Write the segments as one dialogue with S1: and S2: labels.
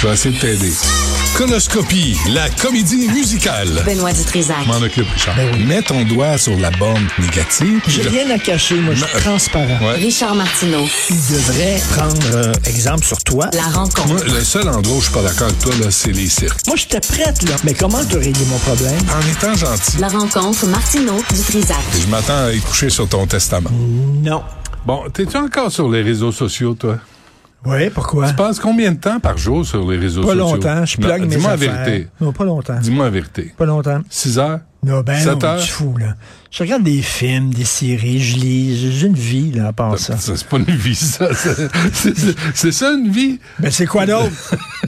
S1: Je vais essayer de t'aider. Conoscopie, la comédie musicale.
S2: Benoît Dutrisac.
S1: M'en occupe, Richard.
S3: Ben oui.
S1: Mets ton doigt sur la bande négative. puis
S3: J'ai
S1: le-
S3: rien à cacher, moi, je
S1: Non.
S3: suis transparent.
S1: Ouais.
S2: Richard Martineau.
S3: Il devrait prendre euh, exemple sur toi.
S2: La rencontre.
S1: Moi, le seul endroit où je suis pas d'accord avec toi, là, c'est les cirques.
S3: Moi, j'étais prête, là. Mais comment te régler mon problème?
S1: En étant gentil,
S2: La rencontre Martineau-Dutrisac.
S1: je m'attends à y coucher sur ton testament.
S3: Non.
S1: Bon, t'es-tu encore sur les réseaux sociaux, toi?
S3: Oui, pourquoi?
S1: Tu passes combien de temps par jour sur les réseaux
S3: Pas
S1: sociaux?
S3: longtemps, je
S1: Non,
S3: plague mes
S1: Dis-moi la
S3: affaires.
S1: vérité.
S3: Non, pas longtemps.
S1: Dis-moi la vérité.
S3: Pas longtemps.
S1: 6 heures?
S3: Non, ben non,
S1: Sept
S3: je
S1: heures?
S3: suis fou, là. Je regarde des films, des séries, je lis. J'ai une vie, là, à part ça.
S1: Ça, c'est pas une vie, ça. C'est- c'est- C'est ça, une vie?
S3: Ben, c'est quoi d'autre?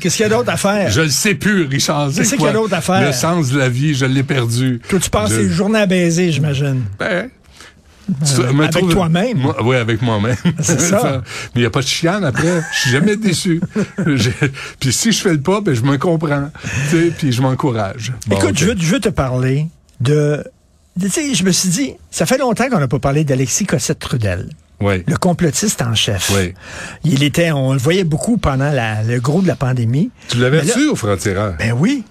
S3: Qu'est-ce qu'il y a d'autre à faire?
S1: Je le sais plus, Richard. C'est
S3: Qu'est-ce qu'il y
S1: quoi?
S3: a d'autre à faire?
S1: Le sens de la vie, je l'ai perdu.
S3: Toi, tu passes
S1: Je-
S3: tes journées à baiser, j'imagine.
S1: Ben, tu- me
S3: Euh, avec
S1: trouves-
S3: toi-même.
S1: Moi- Oui, avec moi-même.
S3: C'est ça.
S1: Mais il n'y a pas de chienne après. Je suis jamais déçu. Je- Puis si je fais le pas, ben, je me comprends. Tu sais, Puis je m'encourage. Bon,
S3: Écoute,
S1: ok.
S3: je, veux, je veux te parler de... de- Tu sais, je me suis dit, ça fait longtemps qu'on n'a pas parlé d'Alexis Cossette-Trudel.
S1: Oui.
S3: Le complotiste en chef.
S1: Oui.
S3: Il était, on le voyait beaucoup pendant la- le gros de la pandémie.
S1: Tu l'avais
S3: Mais là-
S1: reçu au Frontières?
S3: Ben oui.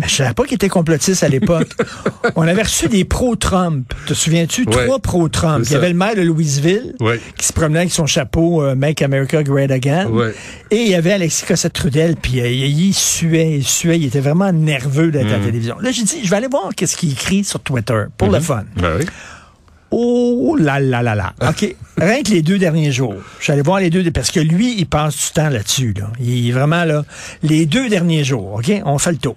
S3: Mais je savais pas qu'il était complotiste à l'époque. on avait reçu des pro-Trump. Te souviens-tu?
S1: Ouais.
S3: Trois pro-Trump.
S1: C'est
S3: Il y
S1: ça.
S3: avait le maire de Louisville
S1: Ouais.
S3: qui se promenait avec son chapeau euh, Make America Great Again.
S1: Ouais.
S3: Et il y avait Alexis Cossette-Trudel, puis euh, il il suait, il suait. Il était vraiment nerveux d'être
S1: Mhm.
S3: à la télévision. Là, j'ai dit, je vais aller voir qu'est-ce qu'il écrit sur Twitter pour le fun.
S1: Ben oui.
S3: Oh là là là là. OK. Rien que les deux derniers jours. Je suis allé voir les deux, parce que lui, il passe du temps là-dessus. Là. Il est vraiment là. Les deux derniers jours, OK? On fait le tour.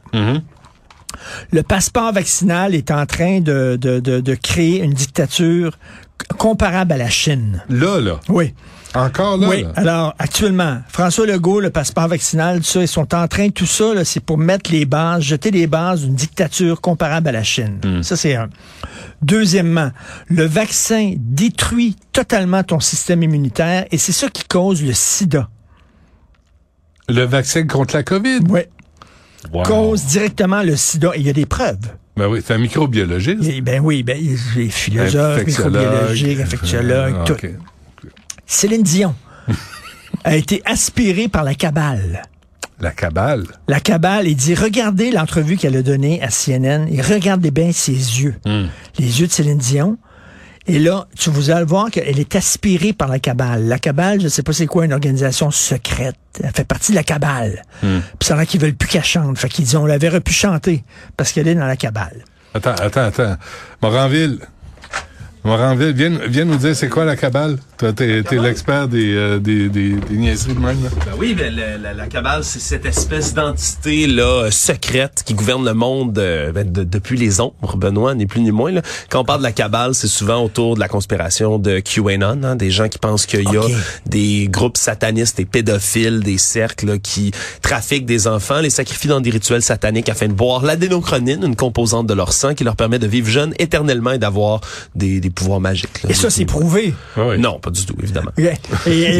S3: Le passeport vaccinal est en train de, de, de, de créer une dictature c- comparable à la Chine.
S1: Là, là.
S3: Oui.
S1: Encore là.
S3: oui.
S1: là.
S3: Alors, actuellement, François Legault, le passeport vaccinal, tout ça, ils sont en train, tout ça, là, c'est pour mettre les bases, jeter les bases d'une dictature comparable à la Chine.
S1: Hmm.
S3: Ça, c'est un. Deuxièmement, le vaccin détruit totalement ton système immunitaire et c'est ça qui cause le sida.
S1: Le vaccin contre la COVID.
S3: Oui.
S1: Wow.
S3: Cause directement le sida. Et il y a des preuves.
S1: Ben oui, c'est un microbiologiste.
S3: Et ben oui, ben, les philosophes, microbiologiques, infectiologues,
S1: Ah,
S3: tout.
S1: ok.
S3: Céline Dion a été aspirée par la cabale.
S1: La cabale.
S3: La cabale, il dit, regardez l'entrevue qu'elle a donnée à CNN et regardez bien ses yeux,
S4: Hmm.
S3: les yeux de Céline Dion. Et là, tu vous allez voir qu'elle est aspirée par la cabale. La cabale, je ne sais pas c'est quoi, une organisation secrète. Elle fait partie de la cabale.
S4: Hmm.
S3: Puis c'est là qu'ils veulent plus qu'elle chante. Fait qu'ils disent, on la verra plus chanter parce qu'elle est dans la cabale.
S1: Attends, attends, attends. Moranville. Moranville, viens, viens nous dire c'est quoi la cabale. Toi, t'es, t'es l'expert des, euh, des, des, des niaiseries de même. là.
S4: Ben oui, ben, le- la, la cabale, c'est cette espèce d'entité là euh, secrète qui gouverne le monde euh, ben, de- depuis les ombres, Benoît, ni plus ni moins. Là. Quand on parle de la cabale, c'est souvent autour de la conspiration de QAnon, hein, des gens qui pensent qu'il y a
S3: Ok.
S4: des groupes satanistes, des pédophiles, des cercles là, qui trafiquent des enfants, les sacrifient dans des rituels sataniques afin de boire l'adénochronine, une composante de leur sang qui leur permet de vivre jeune éternellement et d'avoir des, des pouvoirs magiques. là,
S3: Et ça,
S4: ni plus
S3: c'est
S4: ni moins.
S3: prouvé.
S1: Ah oui.
S4: Non, pas du tout, évidemment.
S3: Et- et-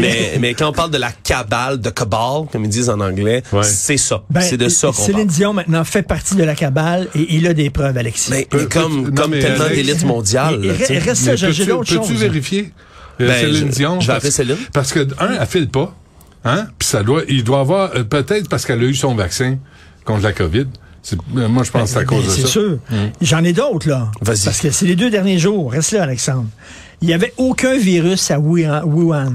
S4: Mais, mais quand on parle de la cabale, de cabal, comme ils disent en anglais,
S1: Ouais.
S4: c'est ça.
S3: ben,
S4: c'est de ça qu'on parle.
S3: Céline Dion maintenant fait partie de la cabale et il a des preuves, Alexis.
S4: Mais,
S1: Peu-
S4: mais comme,
S1: peu-
S4: comme
S1: non, mais
S4: tellement
S1: Alex-
S4: d'élite mondiale.
S3: Et-
S4: là,
S3: et-
S4: tu sais.
S3: reste- Ça,
S1: Mais
S3: j'ai- j'ai
S1: peux-tu-
S3: d'autres
S1: Peux-tu
S3: choses.
S1: vérifier euh,
S4: Ben,
S1: Céline
S4: je-
S1: Dion?
S4: je vais
S1: parce-
S4: appeler Céline.
S1: Parce que, un, elle file pas. Hein? Puis ça doit, il doit avoir, euh, peut-être parce qu'elle a eu son vaccin contre la COVID. C'est- euh, moi, je pense que c'est à
S3: Ben,
S1: cause de ça. Mm.
S3: C'est sûr. J'en ai d'autres, là.
S4: Vas-y.
S3: Parce que c'est les deux derniers jours. Reste là, Alexandre. Il n'y avait aucun virus à Wuhan. Wuhan.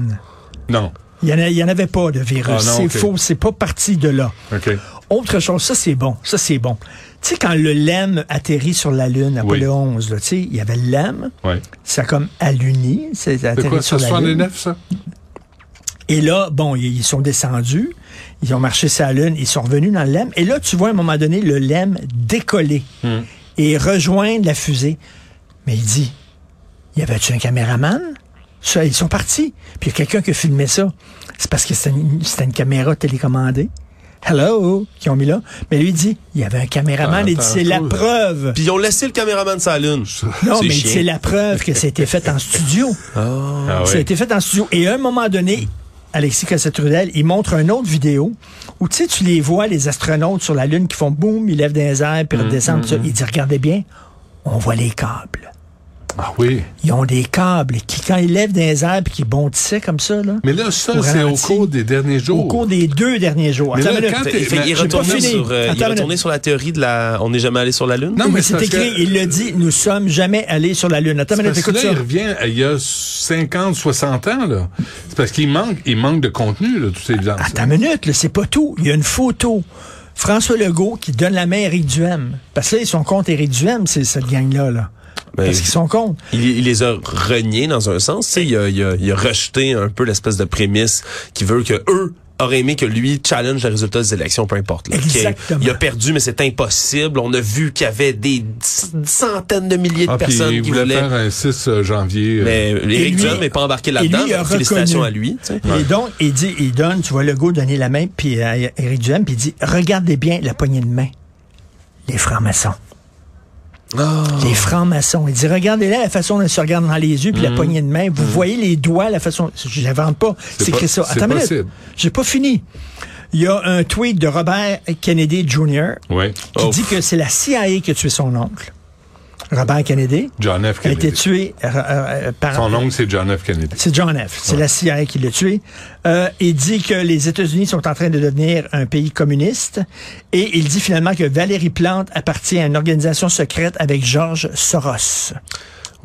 S1: Non.
S3: Il n'y en, avait pas de virus.
S1: Ah non,
S3: c'est
S1: ok.
S3: faux. C'est pas parti de là.
S1: OK.
S3: Autre chose, ça c'est bon. Ça c'est bon. Tu sais, quand le LEM atterrit sur la Lune,
S1: Oui.
S3: Apollo 11, là, tu sais, il y avait le LEM.
S1: Ouais.
S3: Ça a comme alluni. C'est
S1: C'est
S3: atterri
S1: quoi,
S3: sur
S1: ça,
S3: la Lune. Ah,
S1: 69, ça?
S3: Et là, bon, ils ils sont descendus, ils ont marché sur la Lune, ils sont revenus dans le LEM. Et là, tu vois, à un moment donné, le LEM décoller
S4: Hmm.
S3: et rejoindre la fusée. Mais il dit, y avait-tu un caméraman? Ça, ils sont partis. Puis il y a quelqu'un qui a filmé ça. C'est parce que c'était une, c'était une caméra télécommandée. Hello, qui ont mis là. Mais lui, il dit, il y avait un caméraman.
S1: Ah,
S3: il dit, c'est la
S1: tantôt.
S3: preuve.
S4: Puis ils ont laissé le caméraman de sa lune.
S3: Non,
S4: C'est
S3: mais
S4: chiant.
S3: c'est la preuve que c'était fait en studio.
S1: Ah
S3: Ça a
S1: ouais.
S3: été fait en studio. Et à un moment donné, Alexis Cossette-Trudel, il montre une autre vidéo où tu sais, tu les vois, les astronautes sur la Lune qui
S1: Mm,
S3: font boum, ils lèvent des airs, puis redescendent. tout ça. Il dit, regardez bien, on voit les câbles.
S1: Ah oui.
S3: Ils ont des câbles qui, quand ils lèvent dans les airs puis qui bondissaient comme ça, là,
S1: Mais là, ça,
S3: Au
S1: c'est au
S3: ralenti.
S1: cours des derniers jours.
S3: au cours des deux derniers jours.
S1: Mais
S3: Attends
S1: là,
S3: une minute.
S1: quand
S4: Fait-
S1: t'es-
S4: fait,
S1: mais
S4: il est
S3: j'ai pas
S4: retourné,
S3: fini.
S4: sur, euh, il est
S3: Attends une
S4: retourné
S3: minute.
S4: sur la théorie de la on n'est jamais allé sur la lune.
S1: Non, mais
S3: mais
S1: c'est
S3: c'est
S1: parce
S3: écrit,
S1: que-
S3: il le dit, nous sommes jamais allés sur la Lune. Attends,
S1: C'est
S3: une
S1: parce
S3: minute,
S1: que
S3: Ah,
S1: là,
S3: écoute ça.
S1: il revient à il y a 50, 60 ans, là. C'est parce qu'il manque, il manque de contenu, là, toutes ces évidence.
S3: Attends une minute, là, c'est pas tout. Il y a une photo. François Legault qui donne la main à Éric Duhem. Parce que là, ils sont contre Éric Duhem, c'est cette gang-là. Là.
S4: Ben,
S3: Parce qu'ils sont contre.
S4: Il, il les a reniés dans un sens, tu sais, il a, il, a, il a rejeté un peu l'espèce de prémisse qui veut que eux auraient aimé que lui challenge les résultats des élections, peu importe. là.
S3: Exactement.
S4: Qu'il- Il a perdu, mais c'est impossible. On a vu qu'il y avait des centaines de milliers de
S1: Ah, puis
S4: personnes
S1: il
S4: qui
S1: voulait
S4: voulaient.
S1: faire un 6 janvier. euh,
S4: Mais Éric
S3: lui-
S4: Duhem n'est pas embarqué
S3: et
S4: là-dedans.
S3: lui, il a
S4: donc Félicitations
S3: reconnu.
S4: à lui. tu sais.
S3: Et donc, il dit, il donne, tu vois Legault donner la main puis à Éric Duhem, puis il dit, regardez bien la poignée de main. Les francs-maçons.
S4: Ah.
S3: Les francs-maçons. Il dit, regardez-la, la façon dont ils se regardent dans les yeux, puis la
S4: Mm.
S3: poignée de main. Vous voyez les doigts, la façon... Je l'invente pas. C'est
S1: pas-
S3: écrit ça.
S1: c'est
S3: Attends une minute.
S1: possible.
S3: J'ai pas fini. Il y a un tweet de Robert Kennedy Jr.
S1: Oui.
S3: euh, qui
S4: Oh.
S3: dit que c'est la CIA qui a tué son oncle. Robert Kennedy
S1: John F.
S3: a été
S1: Kennedy.
S3: tué euh, euh, par...
S1: Son oncle, c'est John F. Kennedy.
S3: C'est John F. C'est la CIA qui l'a tué. Euh, il dit que les États-Unis sont en train de devenir un pays communiste. Et il dit finalement que Valérie Plante appartient à une organisation secrète avec George Soros.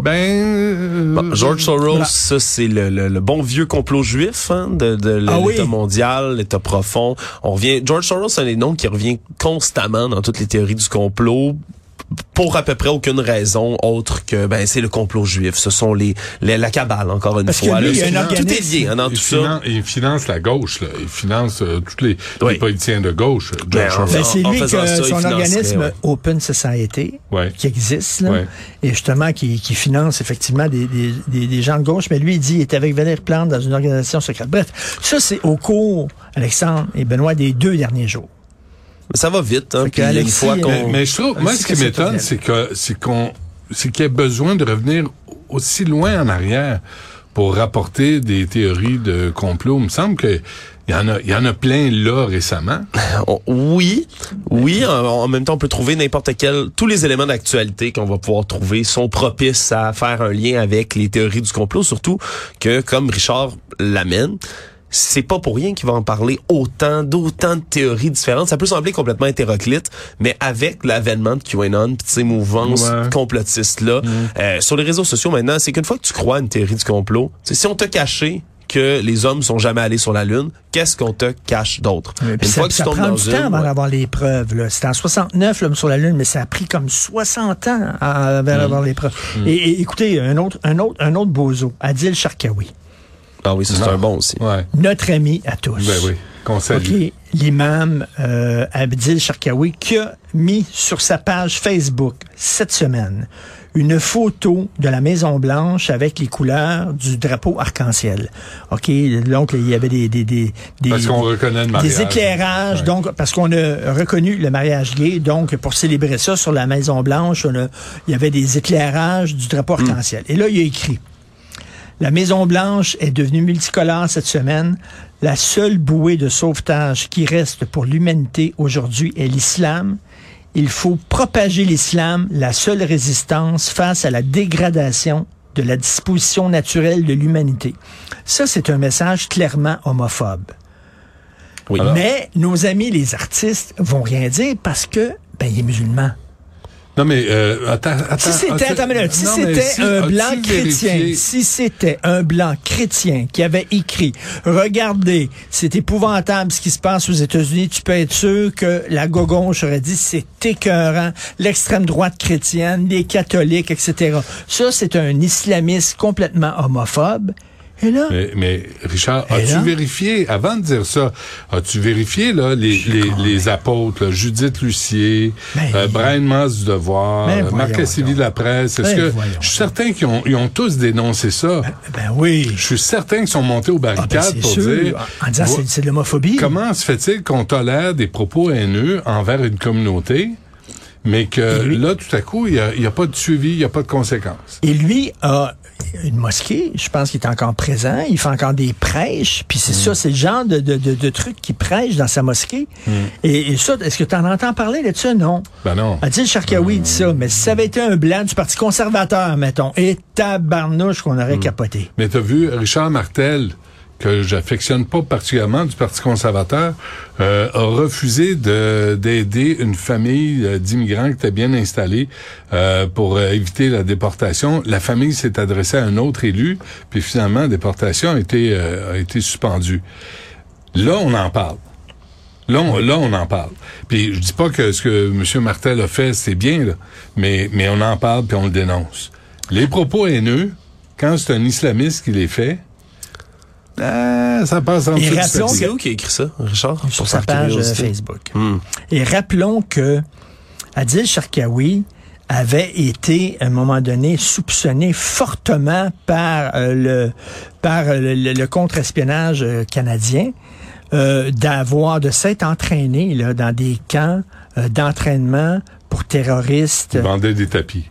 S1: Ben. euh,
S4: Bon, George Soros,
S3: Mmh. Voilà.
S4: ça c'est le, le- le bon vieux complot juif hein, de, de l'État
S3: Ah oui.
S4: mondial, l'État profond. On revient. George Soros, c'est un des noms qui revient constamment dans toutes les théories du complot pour à peu près aucune raison autre que ben c'est le complot juif. Ce sont les, les- la cabale encore une
S3: Parce que
S4: fois.
S3: lui,
S4: là.
S3: il y a un
S4: tout est
S3: organisme.
S4: lié hein, dans tout
S1: il,
S4: ça.
S1: finance, il finance la gauche, là. Il finance euh, tous les,
S4: Oui.
S1: les politiciens de gauche. euh, George Soros.
S3: Ben,
S4: Ben, enfin,
S3: c'est
S4: en
S3: lui que
S4: faisant ça, il
S3: son
S4: financerait,
S3: organisme
S4: ouais.
S3: Open Society,
S1: Ouais.
S3: qui existe, là,
S1: Ouais.
S3: et justement qui, qui finance effectivement des, des- des- des gens de gauche, mais lui, il dit, il est avec Valérie Plante dans une organisation secrète. Bref, ça, c'est au cours, Alexandre et Benoît, des deux derniers jours.
S4: Ça va vite. Hein,
S3: Fait
S4: puis
S3: qu'Alexis,
S4: une fois
S3: euh,
S4: qu'on
S1: Mais, mais je trouve,
S3: Ainsi
S1: moi, ce
S3: que
S1: qui
S3: c'est
S1: m'étonne,
S3: étonnel.
S1: c'est que c'est qu'on c'est qu'il y a besoin de revenir aussi loin en arrière pour rapporter des théories de complot. Il me semble que il y en a, il y en a plein là récemment.
S4: On- oui, oui. En, en même temps, on peut trouver n'importe quel. Tous les éléments d'actualité qu'on va pouvoir trouver sont propices à faire un lien avec les théories du complot. Surtout que, comme Richard l'amène, c'est pas pour rien qu'il va en parler autant, d'autant de théories différentes. Ça peut sembler complètement hétéroclite, mais avec l'avènement de QAnon, pis de ces mouvances
S1: Ouais.
S4: complotistes là, sur les réseaux sociaux maintenant, c'est qu'une fois que tu crois à une théorie du complot, tu sais, si on t'a caché que les hommes sont jamais allés sur la lune, qu'est-ce qu'on te cache d'autre
S3: Puis
S4: une
S3: ça,
S4: fois que tu
S3: ça
S4: tombes
S3: prend
S4: dans
S3: du
S4: une,
S3: temps avant
S4: ouais.
S3: d'avoir les preuves. là. C'était en 69, l'homme sur la Lune, mais ça a pris comme 60 ans à-
S4: Mm.
S3: avant d'avoir les preuves. Et, et écoutez, un autre, un autre, un autre bozo, Adil Sharkawi,
S4: Ah oui, ça, c'est
S1: Non.
S4: un bon aussi.
S1: Ouais.
S3: notre ami à tous.
S1: Ben oui. Qu'on salue.
S3: OK, l'imam euh, Abdil Sharkawi qui a mis sur sa page Facebook cette semaine une photo de la Maison Blanche avec les couleurs du drapeau arc-en-ciel. OK, donc il y avait des des des, des-
S1: Parce qu'on reconnaît le mariage.
S3: des éclairages
S1: Ouais.
S3: donc parce qu'on a reconnu le mariage gay donc pour célébrer ça sur la Maison Blanche, on a- il y avait des éclairages du drapeau
S1: Hmm.
S3: arc-en-ciel. Et là il a écrit la Maison Blanche est devenue multicolore cette semaine. La seule bouée de sauvetage qui reste pour l'humanité aujourd'hui est l'islam. Il faut propager l'islam, la seule résistance face à la dégradation de la disposition naturelle de l'humanité. Ça, c'est un message clairement homophobe.
S4: Oui.
S3: Mais nos amis les artistes vont rien dire parce que ben il est musulman.
S1: Non, mais, euh, attends, attends.
S3: Si c'était,
S1: as-tu-
S3: attends une minute, si
S1: non, mais
S3: c'était
S1: si-
S3: un
S1: as-tu
S3: blanc
S1: vérifié-
S3: chrétien, si c'était un blanc chrétien qui avait écrit, regardez, c'est épouvantable ce qui se passe aux États-Unis, tu peux être sûr que la gogonche aurait dit c'est écœurant, l'extrême droite chrétienne, les catholiques, etc. Ça, c'est un islamiste complètement homophobe. Et là,
S1: Mais, mais, Richard,
S3: Et
S1: as-tu
S3: là?
S1: vérifié, avant de dire ça, as-tu vérifié là, les, les, les apôtres, là, Judith Lucier,
S3: Ben,
S1: euh, Brian Mass du Devoir,
S3: Ben,
S1: euh, Marc
S3: voyons
S1: Cassidy de la presse, est-ce
S3: Ben,
S1: que
S3: voyons
S1: je suis certain qu'ils ont, ils ont tous dénoncé ça.
S3: ben oui.
S1: je suis certain qu'ils sont montés aux
S3: Ah, ben,
S1: barricades
S3: c'est
S1: pour
S3: sûr.
S1: dire
S3: en, en disant
S1: vo-
S3: c'est, c'est de l'homophobie.
S1: comment se fait-il qu'on tolère des propos haineux envers une communauté mais que
S3: Et lui-
S1: là, tout à coup, il n'y a, il y a pas de suivi, il n'y a pas de conséquences.
S3: Et lui a une mosquée, je pense qu'il est encore présent, il fait encore des prêches, puis c'est ça, c'est le genre de, de, de, de truc qu'il prêche dans sa mosquée. Et, et ça, est-ce que tu en entends parler de ça? Non.
S1: Ben non.
S3: Adil Sharkawi dit ça, mais si ça avait été un blanc du Parti conservateur, mettons, et tabarnouche qu'on aurait capoté.
S1: Mais t'as vu, Richard Martel, que j'affectionne pas particulièrement du Parti conservateur, euh, a refusé de- d'aider une famille euh, d'immigrants qui était bien installée euh, pour euh, éviter la déportation. La famille s'est adressée à un autre élu, puis finalement, la déportation a été, euh, a été suspendue. Là, on en parle. Là, on, là, on en parle. Puis je dis pas que ce que M. Martel a fait, c'est bien, là, mais, mais on en parle puis on le dénonce. Les propos haineux, quand c'est un islamiste qui les fait, ah, ça passe en
S3: Et
S1: dessous du
S3: rappelons
S1: tapis.
S4: C'est où qui a écrit ça, Richard?
S3: Sur sa
S4: par
S3: page euh,
S4: curiosité.
S3: Facebook. Et rappelons que Adil Sharkawi avait été, à un moment donné, soupçonné fortement par euh, le par euh, le, le- le contre-espionnage euh, canadien euh, d'avoir, de s'être entraîné là, dans des camps euh, d'entraînement pour terroristes.
S1: Il vendait des tapis.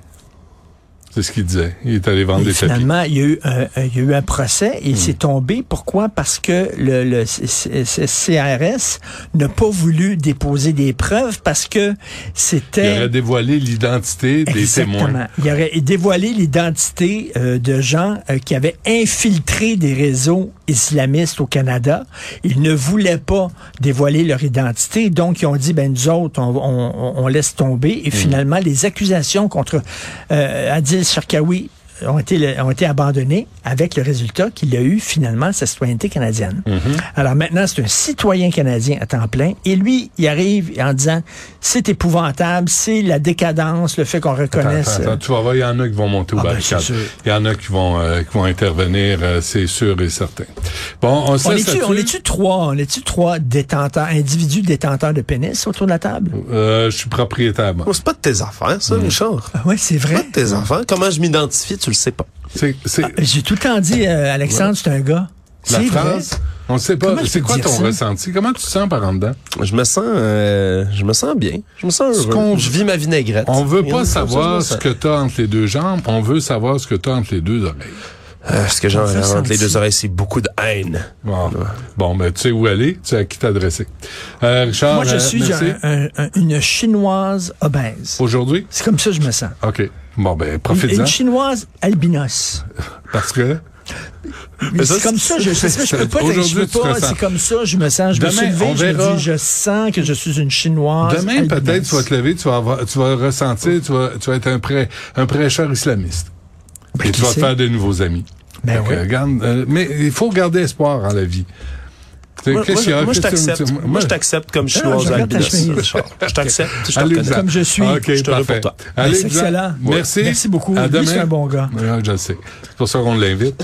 S1: C'est ce qu'il disait. Il est allé vendre
S3: Et
S1: des Hmm. tapis.
S3: finalement, il y, a eu un, un- il y a eu un procès et il s'est tombé. Pourquoi? Parce que le, le C- C- C- CRS n'a pas voulu déposer des preuves parce que
S1: Il
S3: c'était...
S1: aurait dévoilé l'identité des témoins.
S3: Exactement. Il aurait dévoilé l'identité euh, de gens euh, qui avaient infiltré des réseaux islamistes au Canada. Ils ne voulaient pas dévoiler leur identité, donc ils ont dit ben nous autres on, on- on laisse tomber. Et finalement, les accusations contre euh, Adil Sharkawi ont été, le- ont été abandonnées avec le résultat qu'il a eu finalement sa citoyenneté canadienne. Alors maintenant, c'est un citoyen canadien à temps plein et lui, il arrive en disant c'est épouvantable, c'est la décadence, le fait qu'on reconnaisse.
S1: Attends, attends, tu vas voir, il y en a qui vont monter au
S3: Ah, ben,
S1: barricade.
S3: c'est sûr.
S1: il y en a qui vont, euh, qui vont intervenir, euh, c'est sûr et certain. Bon, on, se
S3: on
S1: laisse
S3: est-tu,
S1: là-dessus.
S3: on est-tu trois, on est-tu trois détenteurs, individus détenteurs de pénis autour de la table?
S1: Euh, je suis propriétaire, moi.
S4: Oh, C'est pas de tes affaires, ça, Richard.
S3: Ah ouais, c'est
S4: Pas
S3: vrai.
S4: de tes affaires. Comment je m'identifie, tu le sais pas.
S1: C'est, c'est
S3: J'ai tout le temps dit, euh, Alexandre, c'est un gars.
S1: la
S3: c'est
S1: phrase.
S3: Ah, vrai.
S1: On sait
S3: Comment
S1: pas.
S3: je
S1: C'est
S3: peux
S1: quoi
S3: dire
S1: ton
S3: ça?
S1: ressenti? Comment tu te sens par en dedans?
S4: Je me sens, euh, je me sens bien. Je me sens heureux.
S1: qu'on-
S4: Je vis ma vinaigrette.
S1: On veut
S4: Et on-
S1: pas savoir ce que t'as entre les deux jambes. On veut savoir ce que t'as entre les deux oreilles.
S4: Euh, ce que j'ai
S3: On veut
S4: entre les
S3: sentir.
S4: deux oreilles, c'est beaucoup de haine.
S1: Bon. Bon, ben, tu sais où aller. Tu sais à qui t'adresser. Euh, Richard,
S3: Moi, je
S1: euh,
S3: suis
S1: merci.
S3: un- un- un- une chinoise obèse.
S1: Aujourd'hui?
S3: C'est comme ça que je me sens.
S1: OK. Bon, ben,
S3: Une,
S1: profite-en.
S3: une chinoise albinos.
S1: Parce que
S3: Mais
S4: ça,
S3: c'est comme ça, je, c'est ça, je peux pas, je peux
S1: Aujourd'hui, tu te
S3: pas,
S1: ressens.
S3: c'est comme ça, je me sens, je me
S1: Demain,
S3: suis levé,
S1: on
S3: je
S1: verra.
S3: me dis, je sens que je suis une chinoise.
S1: demain,
S3: albinos.
S1: peut-être, tu vas te lever, tu vas avoir- tu vas ressentir, tu vas, tu vas être un prê- un prêcheur islamiste.
S3: Ben,
S1: Et tu
S3: qui
S1: vas te
S3: sait?
S1: faire de nouveaux amis.
S3: Ben
S1: Donc,
S3: oui.
S1: euh, garde- euh, mais il faut garder espoir en la vie. Tu sais,
S4: Moi,
S1: qu'est-ce
S4: moi,
S1: qu'il y a?
S4: moi, je
S1: Qu'est-ce que tu-
S4: t'accepte.
S1: tu-
S4: Moi, je t'accepte comme
S3: je
S4: chinoise
S3: regarde ta
S4: albinos,
S3: chemise.
S4: Richard. Je t'accepte. Je te
S1: Allez-vous-en.
S4: reconnais.
S3: Comme je suis.
S1: Ok,
S4: Je te le
S1: parfait.
S4: pour toi.
S1: Allez,
S3: C'est
S1: vous-en.
S3: excellent.
S1: Merci.
S3: Merci beaucoup.
S1: À
S3: Lui,
S1: demain.
S3: c'est un bon gars.
S1: Ouais, je le sais. C'est pour ça qu'on l'invite.